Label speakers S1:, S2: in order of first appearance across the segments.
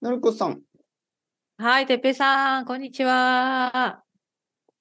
S1: なるこさん、
S2: はい、てっぺいさん、こんにちは。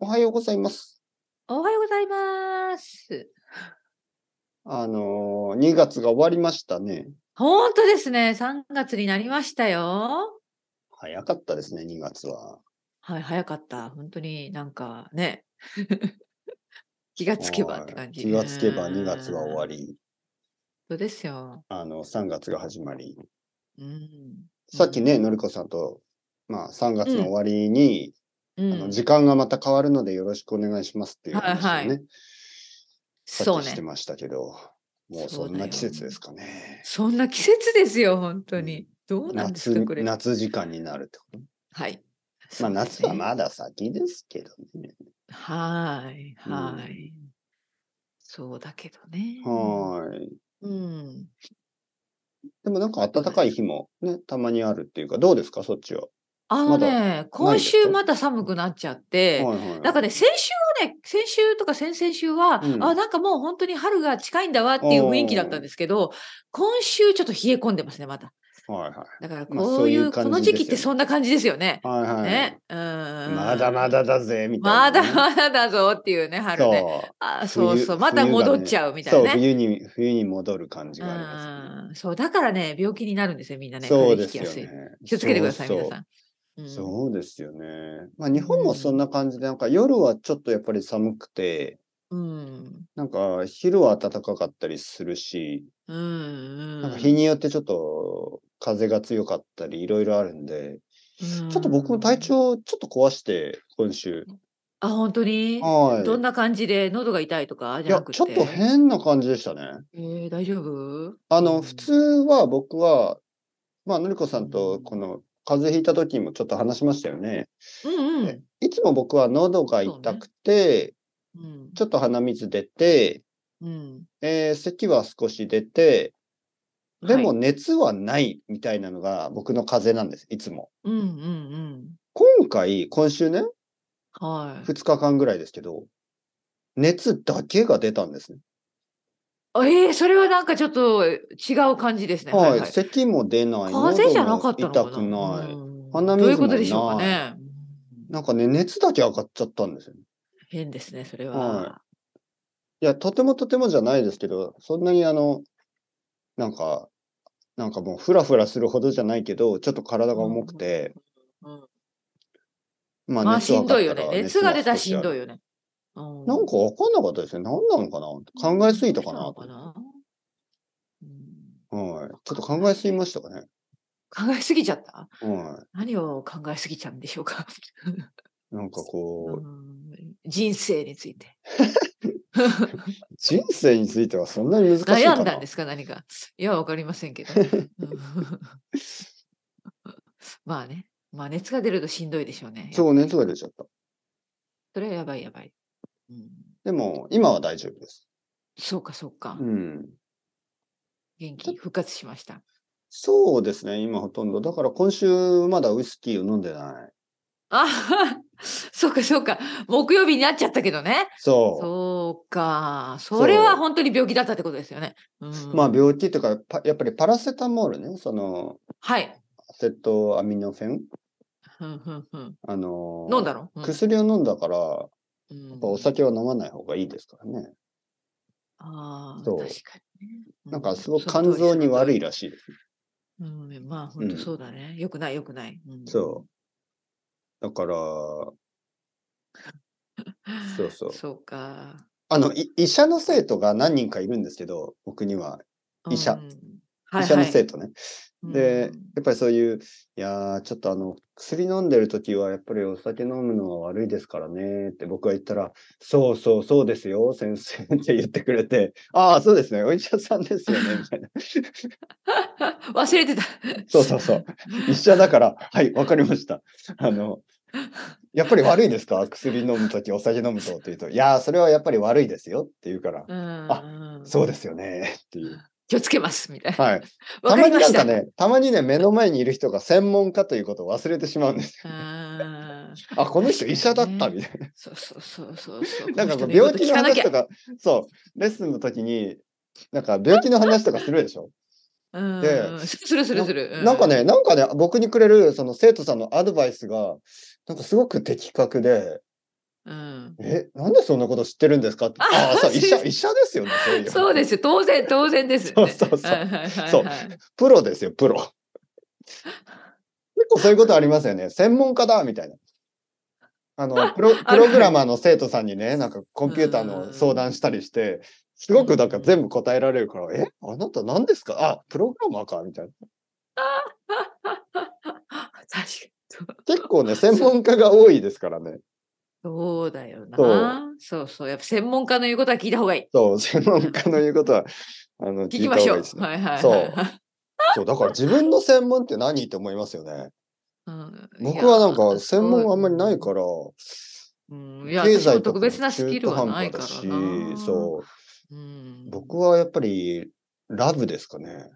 S1: おはようございます。
S2: おはようございます。
S1: あのー、2月が終わりましたね。
S2: 本当ですね、3月になりましたよ。
S1: 早かったですね、2月は。
S2: はい、早かった。本当になんかね。 気がつけばって
S1: はい
S2: 感じ。
S1: 気がつけば2月は終わ
S2: り。
S1: り、
S2: そうですよ。
S1: あの、3月が始まり。
S2: うん。
S1: さっきね、のりこさんと、まあ、3月の終わりに、
S2: うん、
S1: あの時間がまた変わるのでよろしくお願いしますっていう話をね、
S2: はいは
S1: さ
S2: そ
S1: っ
S2: う
S1: きして
S2: ね。
S1: ましたけど、もうそ
S2: そうんだ
S1: な
S2: よ
S1: 季節ですかね。
S2: そんな季節ですよ、本当に。どうなんです
S1: 夏
S2: か、これ。
S1: 夏時間になるってこと
S2: はい。
S1: まあ、
S2: そうです
S1: 夏
S2: ね
S1: はまだ先ですけどね。
S2: はい、
S1: うん
S2: はい。そうだけどね。
S1: はーい。
S2: うん。
S1: でもなんか暖かい日もね、たまにあるっていうか、どうですか、そっちは。
S2: あ
S1: ま
S2: の
S1: だ
S2: ね、
S1: ない
S2: 今
S1: ですか
S2: 週また寒くなっちゃって、
S1: はいはい。
S2: なんかね、先週はね、先週とか先々週は、
S1: うん
S2: あ、なんかもう本当に春が近いんだわっていう雰囲気だったんですけど、今週ちょっと冷え込んでますね、また。
S1: はいはい。
S2: だから
S1: まあ
S2: こういう、
S1: そういう感じ
S2: この時
S1: ですよ
S2: 期
S1: ね
S2: ってそんな感じですよね。
S1: はいはい。
S2: ね。うん。
S1: まだま。だだぜ、みたいなね、
S2: まだまだだぞっていうね、春ね。
S1: そ
S2: あ
S1: う。
S2: そう
S1: 冬
S2: そう、また
S1: 冬がね
S2: 戻っちゃうみたい
S1: そう、
S2: なね。
S1: 冬に、冬に戻る感じがあります、ね。
S2: うんそう、だからね、病気になるんですよ、みんなね。
S1: そう
S2: 風
S1: で
S2: 邪
S1: す
S2: ひきや
S1: よ
S2: すい。
S1: ね。
S2: 気をつけてください、
S1: そう
S2: 皆
S1: そう
S2: さん。うん
S1: そうですよね。まあ日本もそんな感じで、なんか夜はちょっとやっぱり寒くて、
S2: うん。
S1: なんか昼は暖かかったりするし、
S2: うん。うん
S1: なんか日によってちょっと風が強かったりいろいろあるんで、
S2: ち
S1: ちょっと僕も体。調ちょっと壊して、今週。
S2: あ、本当に
S1: はい。
S2: どんな感じで喉が痛いとか
S1: い
S2: じゃ
S1: や、
S2: なくて。
S1: ちょっと変な感じでしたね。
S2: えー、大丈夫
S1: あ
S2: う
S1: の、
S2: ん
S1: 普通は僕は、まあ、のりこさんと
S2: うん
S1: この風邪ひいた時もちょっと話しましたよね。
S2: うんうん。
S1: いつも僕は喉が痛くて、
S2: うん
S1: ちょっと鼻水出て、
S2: うん。
S1: えー咳は少し出て、でも
S2: はい、
S1: 熱はないみたいなのが僕の風邪なんです、いつも。
S2: うんうん
S1: 今回、今週ね、
S2: うん。はい。
S1: 2日間ぐらいですけど、熱だけが出たんですね。
S2: あえー、それはなんかちょっと違う感じですね。
S1: はい、
S2: はい、はい。
S1: 咳も出ない。
S2: 風邪じゃなかったの
S1: 喉
S2: か
S1: も
S2: な
S1: 痛くない。
S2: うん
S1: 鼻水もない
S2: どういうことでしょうかね。
S1: なんかね、熱だけ上がっちゃったんですよね。
S2: 変ですね、それ
S1: はい
S2: は。
S1: いや、とてもとてもじゃないですけど、そんなにあの、なんか、なんかもうフラフラするほどじゃないけど、ちょっと体が重くて、
S2: うん
S1: ま
S2: まあ、
S1: 熱
S2: し
S1: は
S2: んどい
S1: 上が
S2: よ
S1: ったか。ら
S2: ね熱が出たらしんどい
S1: よ。
S2: よね。うん
S1: なんかわかんなかったですね。何なのかな考えすぎたかな
S2: そうなのかなうん
S1: はい。ちょっと考えすぎましたかね。
S2: 考えすぎちゃった
S1: は
S2: 何を考えすぎちゃうんでしょうか、
S1: い。なんか
S2: う
S1: こう、
S2: ん人生について。
S1: 人生についてはそんな に難しいかな。
S2: 悩んだんですか何かいや、わかりませんけど。うん まあね。まあ、熱が出るとしんどいでしょうね。
S1: そう、
S2: ね。
S1: 熱が出ちゃった。
S2: それはやばいやばい。うん、
S1: でも、今は大丈夫です。
S2: そうか、そうか。
S1: うん。
S2: 元
S1: ちょっ
S2: 気復活しました。
S1: そうですね、今ほとんど。だから今週まだウイスキーを飲んでない。
S2: あそうか、そうか。木曜日になっちゃったけどね。
S1: そ
S2: そうか。
S1: う
S2: それは本当に病気だったってことですよね。うん
S1: う。まあ病気というか、パやっぱりパラセタモールね、その
S2: はい。
S1: アセトアミノフェン、
S2: ふんふんふん
S1: あのー
S2: 飲んだの、うん
S1: 薬を飲んだから、やっ
S2: うん
S1: ぱお酒は飲まない方がいいですからね。
S2: ああ、
S1: そう
S2: 確かにね。
S1: なんかすごく
S2: そ
S1: 肝
S2: の通り
S1: 臓に悪い
S2: そ
S1: らしいです。
S2: の通りうん、まあ本当そうだね。よくないよくない。うん
S1: そだ から、そうそう
S2: そうか。
S1: あの、い医者の生徒が何人かいるんですけど、僕には、医者
S2: うんはい
S1: 医者の生
S2: 徒
S1: 徒ね。で、やっぱりそういう、いやー、ちょっとあの、薬飲んでるときは、やっぱりお酒飲むのは悪いですからねって僕が言ったら、そうそう、そうですよ、先生って言ってくれて、ああ、そうですね、お医者さんですよね、み たいな。
S2: 忘れてた。
S1: そうそうそう。医者だから、はい、わかりました。あの、やっぱり悪いですか薬飲むとき、お酒飲むとって言うと、いやー、それはやっぱり悪いですよって言うから、
S2: あ
S1: そうですよねっていう。
S2: 気をつけますみたいな。
S1: はい。
S2: わ
S1: たま
S2: かり
S1: に
S2: ま
S1: な
S2: し
S1: んか
S2: た。
S1: ね、たまにね、目の前にいる人が専門家ということを忘れてしまうんですよ。
S2: あー
S1: あ、この人医者だったみたい
S2: そうそうそうそうそう。
S1: な。なんかこう
S2: こ人
S1: 病
S2: 言
S1: 気
S2: うと聞
S1: の
S2: かな
S1: 話
S2: きゃ
S1: とか、そう、レッスンの時に、なんか病気の話とかするでしょ
S2: うん
S1: で
S2: うん。するするする。う
S1: なんか、ね、なんかね、僕にくれるその生徒さんのアドバイスが、なんかすごく的確で、
S2: うん。
S1: え、なんでそんなこと知ってるんですかって。ああ、そう、医 者、医者ですよね、そういう。
S2: そうですよ。当然、当然ですよ
S1: そう
S2: ね。
S1: そうそう
S2: はいはいはい
S1: そう
S2: はい
S1: プロですよ、プロ。結構そういうことありますよね。専門家だみたいな。あの、 プロプログラマーの生徒さんにね、なんかコンピューターの相談したりして、すごくなんか全部答えられるから、えあなた何ですかあ、プログラマーかみたいな。
S2: 確かに。 そう
S1: 結構ね、専門家が多いですからね。
S2: そうだよな
S1: そ
S2: そう。そうやっぱ専門家の言うことは聞いた方がいい。
S1: そう、専門家の言うことは、あの、聞
S2: 聞
S1: い
S2: き
S1: た
S2: ま
S1: 方
S2: し
S1: が
S2: ょ。
S1: いうですね。
S2: はいはいはい。
S1: そうそう、だから自分の専門って何って思いますよね。
S2: うん
S1: 僕はなんか専門あんまりないから、
S2: うん、いや、
S1: 経
S2: 経
S1: 済
S2: 済
S1: と
S2: 特
S1: かも
S2: 別なス
S1: 中
S2: キル
S1: 途
S2: は
S1: 半
S2: ない
S1: 端
S2: か
S1: だ
S2: ら
S1: し
S2: な。、
S1: そう。
S2: う。ん、
S1: 僕はやっぱりラブですかね。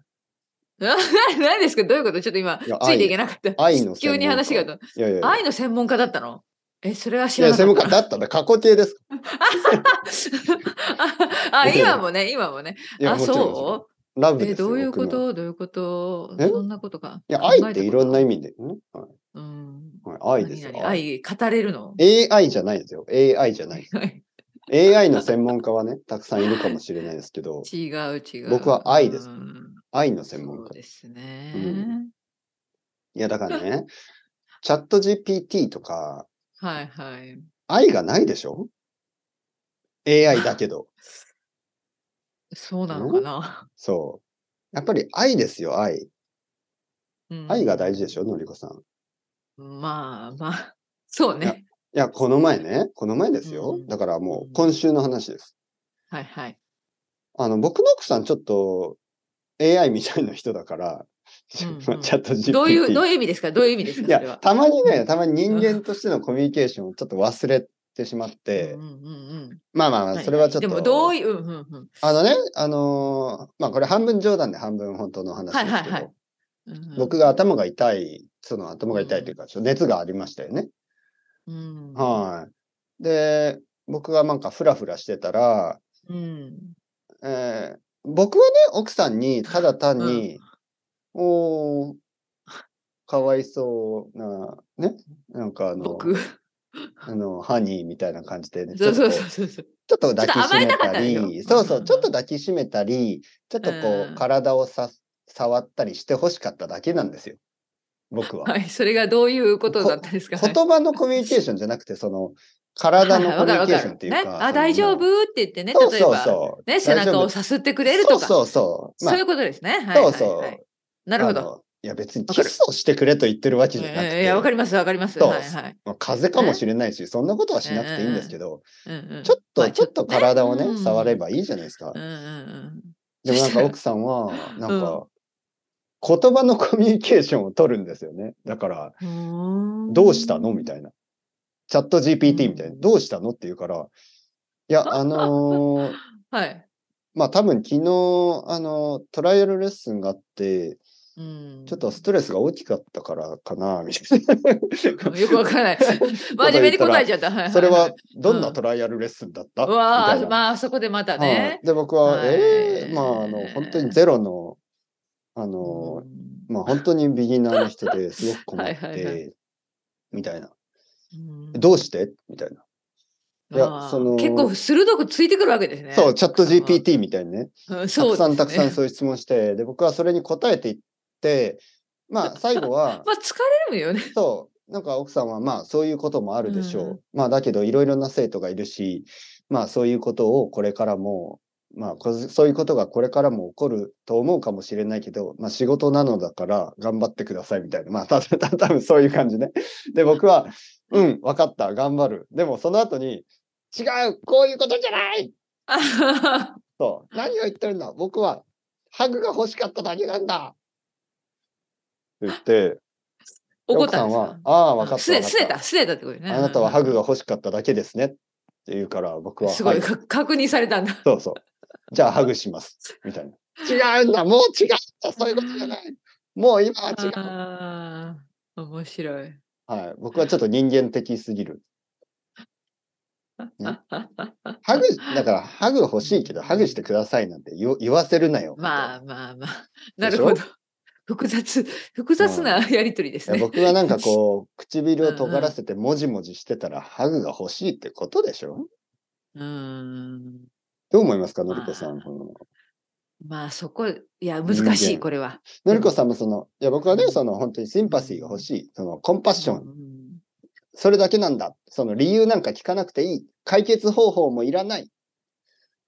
S2: な 何ですかどういうことちょっと今、つ
S1: いや
S2: いていけなかった。
S1: 愛の
S2: 急に話が
S1: いやいやいや。
S2: 愛の専門家だったのえ、それは知
S1: い
S2: ら
S1: や
S2: なか
S1: 専
S2: っ
S1: 門
S2: た
S1: 家。だったら過去形です。
S2: ああ、
S1: 僕
S2: 今もね、今もね。
S1: いや
S2: あ、
S1: もちろんです
S2: そ
S1: よラブ
S2: う
S1: で
S2: え、
S1: すよ。
S2: どういうこ
S1: 僕の
S2: とどういうこと
S1: え
S2: そんなことか。
S1: いや愛っていろんな意
S2: 味。
S1: 味で。んはい
S2: うん、
S1: はい愛ですよ
S2: 何。々愛、語れるの
S1: AI じゃないですよ。AI じゃない。
S2: はい
S1: AI の専門家はね、 たくさんいるかもしれないですけど、
S2: 違う違う。
S1: 僕は愛です
S2: うん
S1: 愛の専門
S2: そう
S1: 家。
S2: ですね。
S1: うんいやだからね、チャット GPT とか、
S2: はいはい。
S1: 愛がないでしょ ?AI だけど。
S2: そうなのかな。
S1: そう。やっぱり愛ですよ、愛。
S2: うん
S1: 愛が大事でしょ、のりこさん。い
S2: まあまあ、そうね。
S1: や、この前ね、この前ですよ。
S2: うん
S1: だからも
S2: う
S1: うん今週の話です。
S2: はいはい。
S1: あの、僕の奥さんちょっと AI みたいな人だから、
S2: うん うん
S1: チャット GPT。
S2: どういう、どういう意味ですかどういう意味ですか
S1: い
S2: それ
S1: や
S2: は、。
S1: たまにね、たまに人間としてのコミュニケーションをちょっと忘れてしまって、
S2: うんうんうん
S1: まあまあま
S2: う
S1: あ、
S2: ん。
S1: それはちょっと、
S2: でも、どういう、うんうんうん
S1: あのね、あのーまあこれ半分冗談で半分本当の話ですけど、
S2: はいはいはいうんうん。
S1: 僕が頭が痛い、その頭が痛いというか、ちょっと熱がありましたよね。
S2: うん、
S1: はい。で、僕がなんかフラフラしてたら、
S2: うん。
S1: えー僕はね、奥さんにただ単に、おーかわいそうな、ね、なんかあの、
S2: 僕。
S1: あのハニーみたいな感じでね、ち
S2: そ
S1: ょ
S2: う
S1: っと
S2: そうそうそう。
S1: ちょっと抱きしめ
S2: ちょっと甘えたかったたでしょ
S1: り、そうそうう、
S2: ん
S1: ちょっと抱きしめたり、ちょっとこ
S2: う
S1: うん体をさ触ったりして欲しかっただけなんですよ、僕は。
S2: はい。それがどういうことだったんですかはい
S1: 言葉のコミュニケーションじゃなくて、その、体の
S2: はい
S1: コ
S2: わ
S1: ミ
S2: かる
S1: ュニ
S2: わ
S1: ケー
S2: か
S1: ション
S2: る
S1: っていうか。
S2: ね
S1: そ
S2: あ、
S1: の
S2: 大丈夫って言ってね、
S1: そう
S2: 例え
S1: そう
S2: ば、
S1: そう。
S2: ね、背中を
S1: さ
S2: さすってくれるとか。
S1: そうそうそう。
S2: そういううことですね。はいはい
S1: そ
S2: は
S1: う
S2: い。
S1: そう
S2: なるほど。
S1: ど。いや、別に
S2: わ
S1: キ
S2: かる
S1: スをしてくれと言ってるわけじゃなく
S2: え
S1: て、
S2: えいや、わかります、わかります。
S1: そう
S2: はいはい。
S1: まあ風邪かもしれないし、そんなことはしなくていいんですけど、
S2: うんうん
S1: ちょっと、ちょっと体をね、触れ
S2: ば。
S1: ばいいじゃないですか
S2: うん。うん
S1: でもなんか奥さんは、なんか、言葉のコミュニケーションを取るんですよね。だから、
S2: うんうん。
S1: どうしたのみたいな。チャット GPT みたいな、
S2: うん
S1: どうしたのって言うから、いや、あ のー
S2: はい。
S1: まあ多分昨日、あのートライアルレッスンがあって、
S2: うん
S1: ちょっとストレスが大きかったからかな、みたいな。
S2: よくわからない。 真面目に答えちゃった。はいいい
S1: それは、どんなトライアルレッスンだった
S2: う わ
S1: みたい
S2: あ、
S1: な
S2: まあ、そこでま
S1: は
S2: た
S1: い
S2: ね。
S1: で、僕は、
S2: はい
S1: ええまあ、あの、本当にゼロの、あのー
S2: う
S1: まあ本当にビギナーの人ですごく困って、
S2: はいはいは
S1: みたいな。
S2: ん
S1: どうしてみたいな。いや
S2: ああ
S1: その
S2: 結構鋭くついてくるわけですね。
S1: そう、チャット GPT みたいにね、
S2: うん。
S1: た
S2: そ
S1: く
S2: うです
S1: さ
S2: ね
S1: んたくさんそういう質問して、で、僕はそれに答えていって、 まあ最後は、
S2: まあ、疲れるよね。
S1: そう、なんか奥さんはまあそういうこともあるでしょう。
S2: うんうん
S1: まあだけどいろいろな生徒がいるし、まあそういうことをこれからも、まあこそういうことがこれからも起こると思うかもしれないけど、まあ仕事なのだから頑張ってくださいみたいな。まあたた多分そういう感じね。で、僕は、うん、わかった、頑張る。でもその後に、違う、こういうことじゃない
S2: あ
S1: と、何を言ってるんだ僕は、ハグが欲しかっただけなんだって言って、
S2: 怒っ
S1: 奥さ
S2: た
S1: ん
S2: んです
S1: は
S2: か、
S1: ああ、わかった。
S2: すね、
S1: わかっ
S2: すねた、すねたってことね。
S1: あなたはハグ
S2: が。
S1: が欲しかっただけですね。って言うから、僕は、
S2: すご、
S1: はいい、
S2: か確認されたんだ。
S1: そうそう。じゃあハグします。 みたいな。違うんだ、もう違った、そういうことじゃない。もう今は違う。
S2: あ あ、面白い。
S1: はい、僕はちょっと人間的すぎる。ハ グ、だから、ハグ欲しいけど、ハグしてくださいなんて言お言わせるなよ。
S2: まあ まあまあ。なるほど。複雑、複雑な やりとりです
S1: いや
S2: ね。
S1: 僕はなんか こう、唇を尖らせてもじもじしてたら、ハグが欲しいってことでしょ
S2: うーん。
S1: どう思いますか、のりこさん。
S2: まあ
S1: この
S2: まあそこ、いや、難し
S1: 人
S2: い、
S1: 間
S2: これは。
S1: のりこさんもその、いや、僕はね
S2: う、ん
S1: その本当にシンパシーが欲しい、そのコンパッショ
S2: う
S1: ン、
S2: ん
S1: それだけなんだ。その理由なんか聞かなくていい。解決方法もいらない。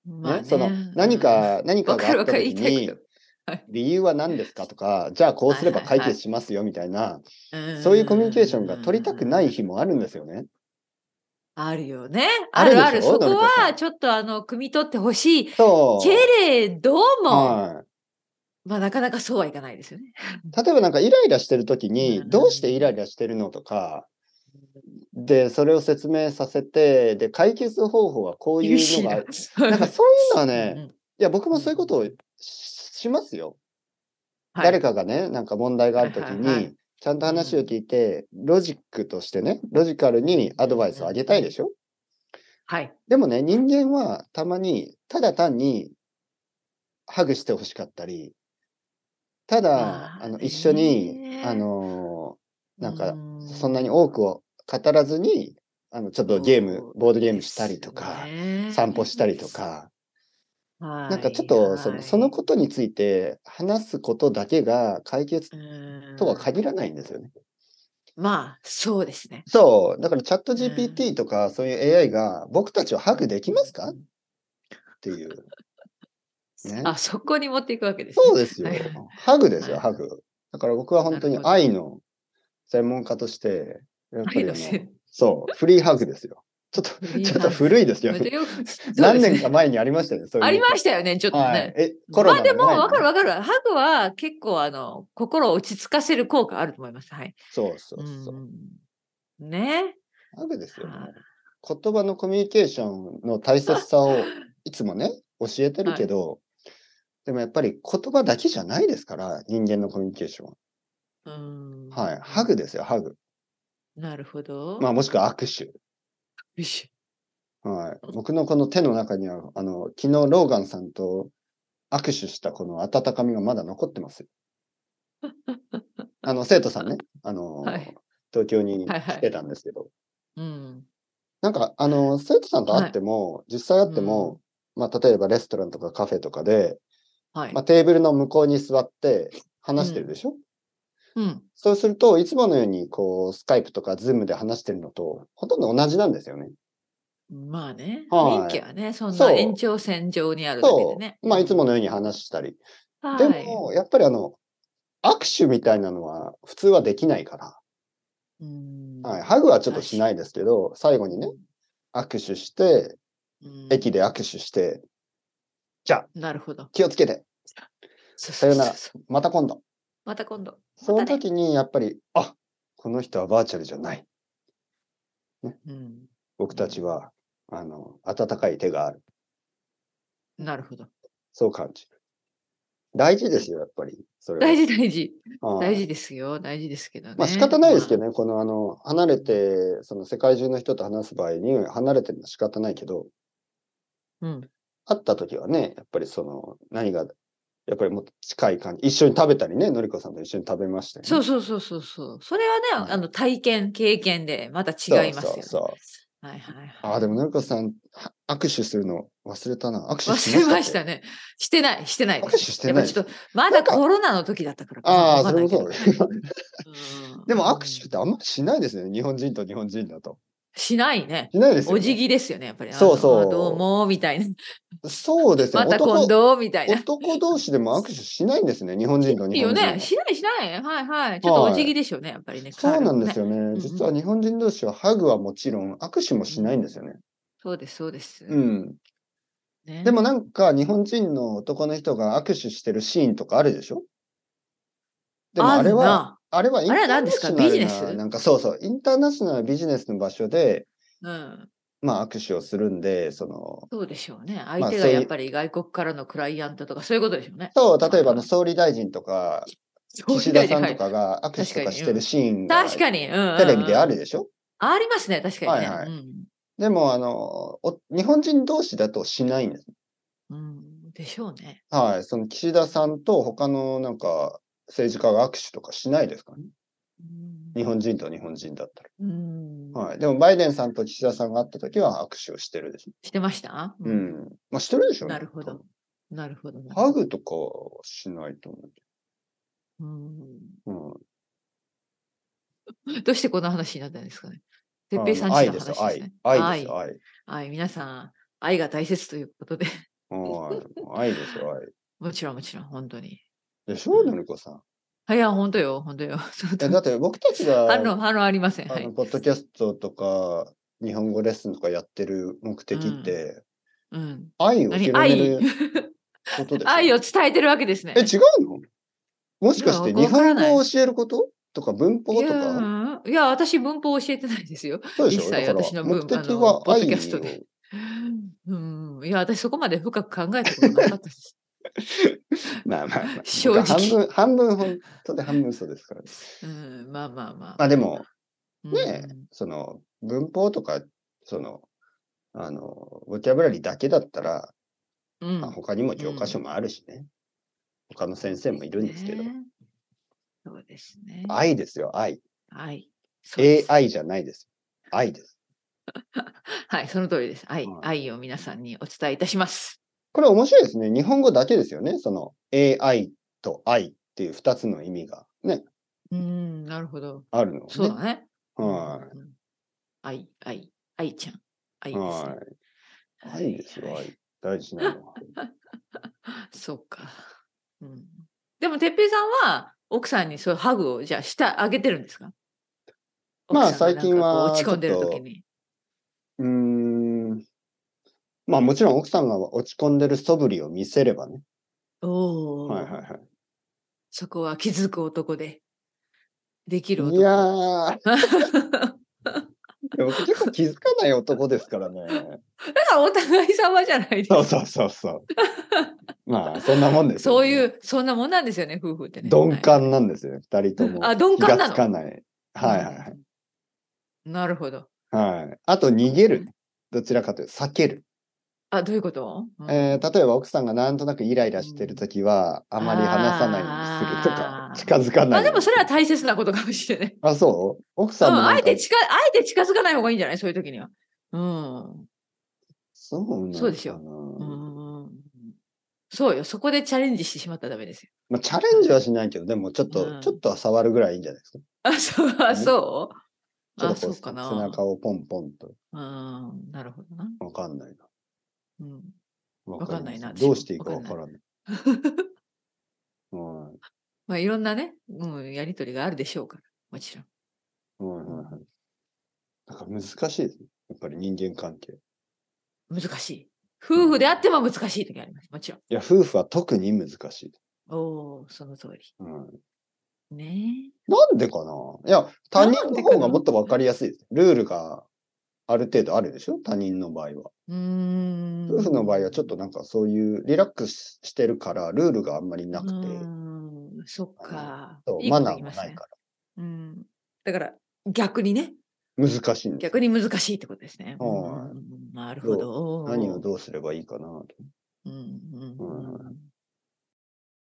S2: まあ
S1: ね
S2: ね、
S1: その何か、何か
S2: わ
S1: が
S2: かる
S1: あっ
S2: わ
S1: た
S2: かる言
S1: 時
S2: いたい
S1: に
S2: こ、
S1: 理由は何ですかとか、じゃあこうすれば
S2: はいは
S1: 解
S2: いはい
S1: 決しますよみたいな、
S2: とん
S1: そういうコミュニケーションが取りたくない日もあるんですよね。
S2: あるよね。
S1: あ
S2: あ
S1: るでし
S2: る
S1: ょ
S2: ある。そこ
S1: のりこさん
S2: はちょっとあの、汲み取ってほしい。
S1: そう。
S2: けれども、
S1: はい
S2: まあなかなかそうはいかないですよね。
S1: 例えばなんかイライラしてる時に
S2: う、ん
S1: どうしてイライラしてるのとか、で、それを説明させて、で、解決方法はこういうの がある。なんかそういうのはね、いや、僕もそういうことをししますよ。誰
S2: か
S1: かがね、なんか問題があるとき
S2: はいはいは
S1: に、ちゃんと話を聞いて、ロジックとしてね、ロジカルにアドバイスをあげたいでしょ
S2: はい。
S1: でもね、人間はたまに、ただ単に、ハグしてほしかったり、ただ
S2: ま、あ
S1: あの、一緒に
S2: ね、
S1: あのー、なんか、そん
S2: な
S1: なに多くを語らずに、あの、ちょっとゲーム
S2: そ、う
S1: ボードゲームしたりとか、散歩したりと、か、
S2: な
S1: なんかちょっとそのそのことについて話すことだけが解決とは限らないんですよね。
S2: まあ、そうですね。
S1: そう、だからチャット
S2: ん
S1: GPT とかそういう AI が僕たちをハグできますかっていう。ね、
S2: あ、そこに持っていくわけですね。
S1: そうですよ
S2: はいはい。
S1: ハグですよ、
S2: はい
S1: ハグ。だから僕は本当に
S2: なるほど
S1: 愛の専門家として、やっぱりあの
S2: 愛の専
S1: そう、フリーハグですよ。ちょっ
S2: フリ
S1: と、
S2: ー
S1: ち
S2: ハ
S1: ょ
S2: グ
S1: っと古いですよ。
S2: まあ よく そうですね
S1: 何年か前にありましたよね、そういうの
S2: ありましたよね、ちょっと
S1: は
S2: ね
S1: い。。え、コロ
S2: ま
S1: ナ
S2: あで
S1: の
S2: も、
S1: 前に
S2: わかるわかる。ハグは結構、あの、心を落ち着かせる効果あると思います。はい。
S1: そうそう
S2: う
S1: そう。
S2: んうんね。
S1: ハグですよ、ね
S2: は。
S1: 言葉のコミュニケーションの大切さ をいつもね、教えてるけど、でもやっぱり言葉だけじゃないですから、人間のコミュニケーションは。
S2: うん
S1: はい。ハグですよ、ハグ。
S2: なるほど。
S1: まあ、もしくは握手。
S2: よし
S1: はい。僕のこの手の中には、あの、昨日ローガンさんと握手したこの温かみがまだ残ってますよ。あの、生徒さんね、あの、
S2: はい
S1: 東京に
S2: はいはい
S1: 来てたんですけど、
S2: うん。
S1: なんか、あの、生徒さんと会っても、実際会っても、まあ、例えばレストランとかカフェとかで、
S2: はい。
S1: まあ、テーブルの向こうに座って話してるでしょ、
S2: うん。
S1: そうすると、いつものように、こう、スカイプとかズームで話してるのと、ほとんど同じなんですよね。
S2: まあね。
S1: はい
S2: 雰囲気はね、そん
S1: そう
S2: な延長線上にあるだけで
S1: そ
S2: ね。
S1: う。まあ、いつものように話したり。
S2: はい。
S1: でも、やっぱりあの、握手みたいなのは普通はできないから、
S2: うん、
S1: はい、ハグはちょっとしないですけど、最後にね、握手して、
S2: うん
S1: 駅で握手して、じゃあ、
S2: なるほど。
S1: 気をつけて、
S2: そう
S1: さよなら
S2: そうそうそう
S1: また今度。
S2: また今度。
S1: その時にやっぱり、あこの人はバーチャルじゃない。
S2: うん。
S1: 僕たちは、あの、温かい手がある。
S2: なるほど。
S1: そう感じる。大事ですよ、やっぱり。それは
S2: 大事大事。
S1: はい
S2: 大事ですよ。大事ですけどね。
S1: まあ仕方ないですけ
S2: ど。
S1: どね、このあの、離れて、その世界中の人と話す場合に、離れてるのは仕方ないけど、
S2: うん。
S1: 会った時はね、やっぱりその、何が、やっぱりもっと近い感じ。一緒に食べたりね、のりこさんと一緒に食べましたよね。
S2: そうそうそうそうそう。それは
S1: は
S2: ね、
S1: い
S2: あの体験、経験でまた違いますよ、
S1: そう
S2: ね。
S1: そう
S2: はいはいはい。
S1: ああ、でものりこさん、は握手するの忘れたな。握手しました
S2: 忘れまし
S1: ね。
S2: たね。してない、してないで
S1: 握
S2: す。
S1: 手してない
S2: やっぱちょっと、まだ
S1: なんか
S2: コロナの時だったからかな。
S1: ああ、
S2: わ
S1: そ
S2: か
S1: れ
S2: んな
S1: も
S2: いけ
S1: そ
S2: ど
S1: う。
S2: うん
S1: でも握手ってあんまりしないですね。日本人と日本人だと。
S2: しないね。
S1: しないですよ、
S2: お
S1: ね。
S2: 辞儀ですよね、やっぱり。あの
S1: そうそう
S2: あどうも、みたいな。
S1: そうですね。
S2: また今度、みたいな。
S1: 男男同士でも握手しないんですね。日本人と
S2: いい
S1: 日
S2: よ
S1: 本人は。
S2: ね。しないしない。はいはい。ちょっとお辞儀でしょうね、やっぱりね。
S1: そうなんです
S2: よ。
S1: よね。
S2: ん
S1: 実は日本人同士はハグはもちろん握手もしないんですよね。
S2: そうです、そうです。
S1: うん。
S2: ね
S1: でもなんか日本人の男の人が握手してるシーンとかあるでしょでもあれは、あれはインタ
S2: あれ
S1: ー
S2: は何
S1: ナ
S2: です
S1: シ
S2: か
S1: ョナ
S2: ビ
S1: ル
S2: ジネス
S1: な、なんかそうそう、インターナショナルビジネスの場所で、
S2: あんなうん。
S1: まあ握手をするんで、その、
S2: そうでしょうね。
S1: まあ
S2: 相手
S1: そ
S2: が
S1: ういう
S2: やっぱり外国からのクライアントとかそういうことでしょうね。
S1: そう、例えばあの総理大臣とか、
S2: そう
S1: 岸田さん
S2: は
S1: と
S2: い
S1: かが握手とかしてるシーンが
S2: 確かに、うんうんうん
S1: テレビであるでしょ
S2: ありますね、確かにね。
S1: はいはい
S2: うん
S1: でも、あの、お日本人同士だとしないんです。
S2: うん、でしょうね。
S1: はい。その岸田さんと他のなんか政治家が握手とかしないですからね。
S2: うん
S1: 日本人と日本人だった
S2: うん、
S1: ら。はい。でも、バイデンさんと岸田さんが会った時は握手をしてるでしょ。
S2: してました、
S1: う、ん。まあ、してるでしょうね
S2: なるほ
S1: 多
S2: ど
S1: 分。
S2: なるほどな。
S1: ハグとかはしないと思うけ
S2: うん
S1: ど。うん。
S2: どうしてこんな話になったんですかね。
S1: あ
S2: 哲
S1: の
S2: 平さんち
S1: 愛
S2: の
S1: です
S2: 話で
S1: よ、
S2: す
S1: 愛
S2: ね。。
S1: 愛ですよ、愛。
S2: 愛皆さん、愛が大切ということで、
S1: はい。愛ですよ、愛。
S2: もちろんもちろん、本当に。
S1: でしょ、のりこさん。
S2: はい、いや、本当よ、本当よ。
S1: い やだって僕たちが、
S2: 反論、反論 ありません。
S1: あ
S2: は
S1: の
S2: い。
S1: ポッドキャストとか、日本語レッスンとかやってる目的って、
S2: うん。
S1: 愛を
S2: 何
S1: 広
S2: 愛
S1: めることですよ。
S2: 愛を伝えてるわけですね。
S1: え、違うのもしかして
S2: いや
S1: 日
S2: わから
S1: 本
S2: ない
S1: 語を教えることとか文法
S2: い
S1: と
S2: や
S1: か、
S2: ーいや、私、文法教えてないですよ。
S1: そうでし
S2: 一
S1: ょ
S2: 切
S1: だから
S2: 私の文
S1: 目的
S2: あの
S1: は
S2: ポッド
S1: 愛
S2: キャストで
S1: を。
S2: うん。いや、私、そこまで深く考えたことなかったです。
S1: まあまあまあ。
S2: 正直
S1: 半分、半分本当で半分嘘ですからね。
S2: うん、まあまあまあ。
S1: まあでも、
S2: うん、
S1: ねえその文法とか、その、あの、ボキャブラリーだけだったら、
S2: うん
S1: まあ、他にも教科書もあるしね。他の先生もいるんですけど。
S2: ねそうですね。
S1: 愛ですよ、愛。
S2: はい。そうです
S1: AI じゃないです。愛です。
S2: はい、その通りです。愛、
S1: はい
S2: 愛を皆さんにお伝えいたします。
S1: これ面白いですね。日本語だけですよね。その AI と愛っていう二つの意味がね、
S2: うん、なるほど。
S1: あるの、ね。
S2: そうだね。
S1: は
S2: うん。愛、愛、愛ちゃん。愛
S1: い。
S2: ですね。
S1: はい。愛ですよ、
S2: はい
S1: 愛。大事なのは。
S2: そうか。うん。でも、てっぺいさんは、奥さんにそういうハグを、じゃあ、した、あげてるんですか
S1: まあ
S2: 奥さんが
S1: 最近は
S2: なんかこう落ち込んでる時に。
S1: うーん。まあもちろん奥さんが落ち込んでる素振りを見せればね。
S2: おお、
S1: はいはいは
S2: そこは気づく男で、できる
S1: い。
S2: 男。
S1: いや ー、でも結構気づかない男ですからね。
S2: だからお互い様じゃないです
S1: そ
S2: か
S1: う。そうそう そう。まあ、そんなもんですよ
S2: そう
S1: ね、
S2: いう、そんなもんなんですよね、夫婦ってね。
S1: 鈍
S2: は
S1: 感なんですよ、二人とも。
S2: あ鈍感なの
S1: 気がつかない。はいはいはい。
S2: い。なるほど。
S1: はい、あと、逃げる。どちらかというと、避ける、
S2: あ、どういうこと、うん
S1: えー例えば、奥さんがなんとなくイライラしてるときは、あまり話さないようにするとか
S2: あ、ー
S1: 近づか
S2: ま
S1: な
S2: あ
S1: い。
S2: でもそれは大切なことかもしれない。
S1: あ、そう奥
S2: う
S1: さんも
S2: ん、
S1: なんか、
S2: あえて近、あえて近づかない方がいいんじゃないそういう時には。うん。
S1: そうなのかな
S2: そうですようん。そうよ。そこでチャレンジしてしまったらダメですよ。
S1: まあ、チャレンジはしないけど、でも、ちょっと、
S2: うん
S1: ちょっとは触るぐらいいいんじゃないですか。
S2: あ、そう、あ、そう
S1: ちょ
S2: あ、
S1: っと
S2: そ
S1: こ
S2: うかな。
S1: 背中をポンポンと。
S2: うん、なるほどな。
S1: わかんないな。
S2: うん。
S1: わ
S2: わかんないな
S1: どうしていいか
S2: 私
S1: わ
S2: も
S1: からない。はい。
S2: まあいろんなね、うん、やりとりがあるでしょうから。もちろん。
S1: はいはいはい。なんか難しいですね。やっぱり人間関係。い
S2: 難しい。夫婦であっても難しい時あります。もちろん。
S1: や、夫婦は特に難しい。
S2: おおその通り。
S1: うん、
S2: ねえ。
S1: なんでかないや、他人
S2: なん
S1: の
S2: でか
S1: 方
S2: な
S1: がもっとわかりやすいです。ルールがある程度あるでしょ他人の場合は。
S2: うーん
S1: 夫婦の場合はちょっとなんかそういうリラックスしてるから、ルールがあんまりなくて、
S2: うーんそっか
S1: そう。
S2: いいこ
S1: マ
S2: と
S1: ナ
S2: 言
S1: ー
S2: い
S1: も
S2: ます
S1: ない
S2: ね
S1: か
S2: うん。だから逆にね、
S1: ら。難しいんです。
S2: 逆に難しいってことですね。
S1: はい
S2: うんなるほど。
S1: 何をどうすればいいかなと。
S2: うんうんうん
S1: はいはい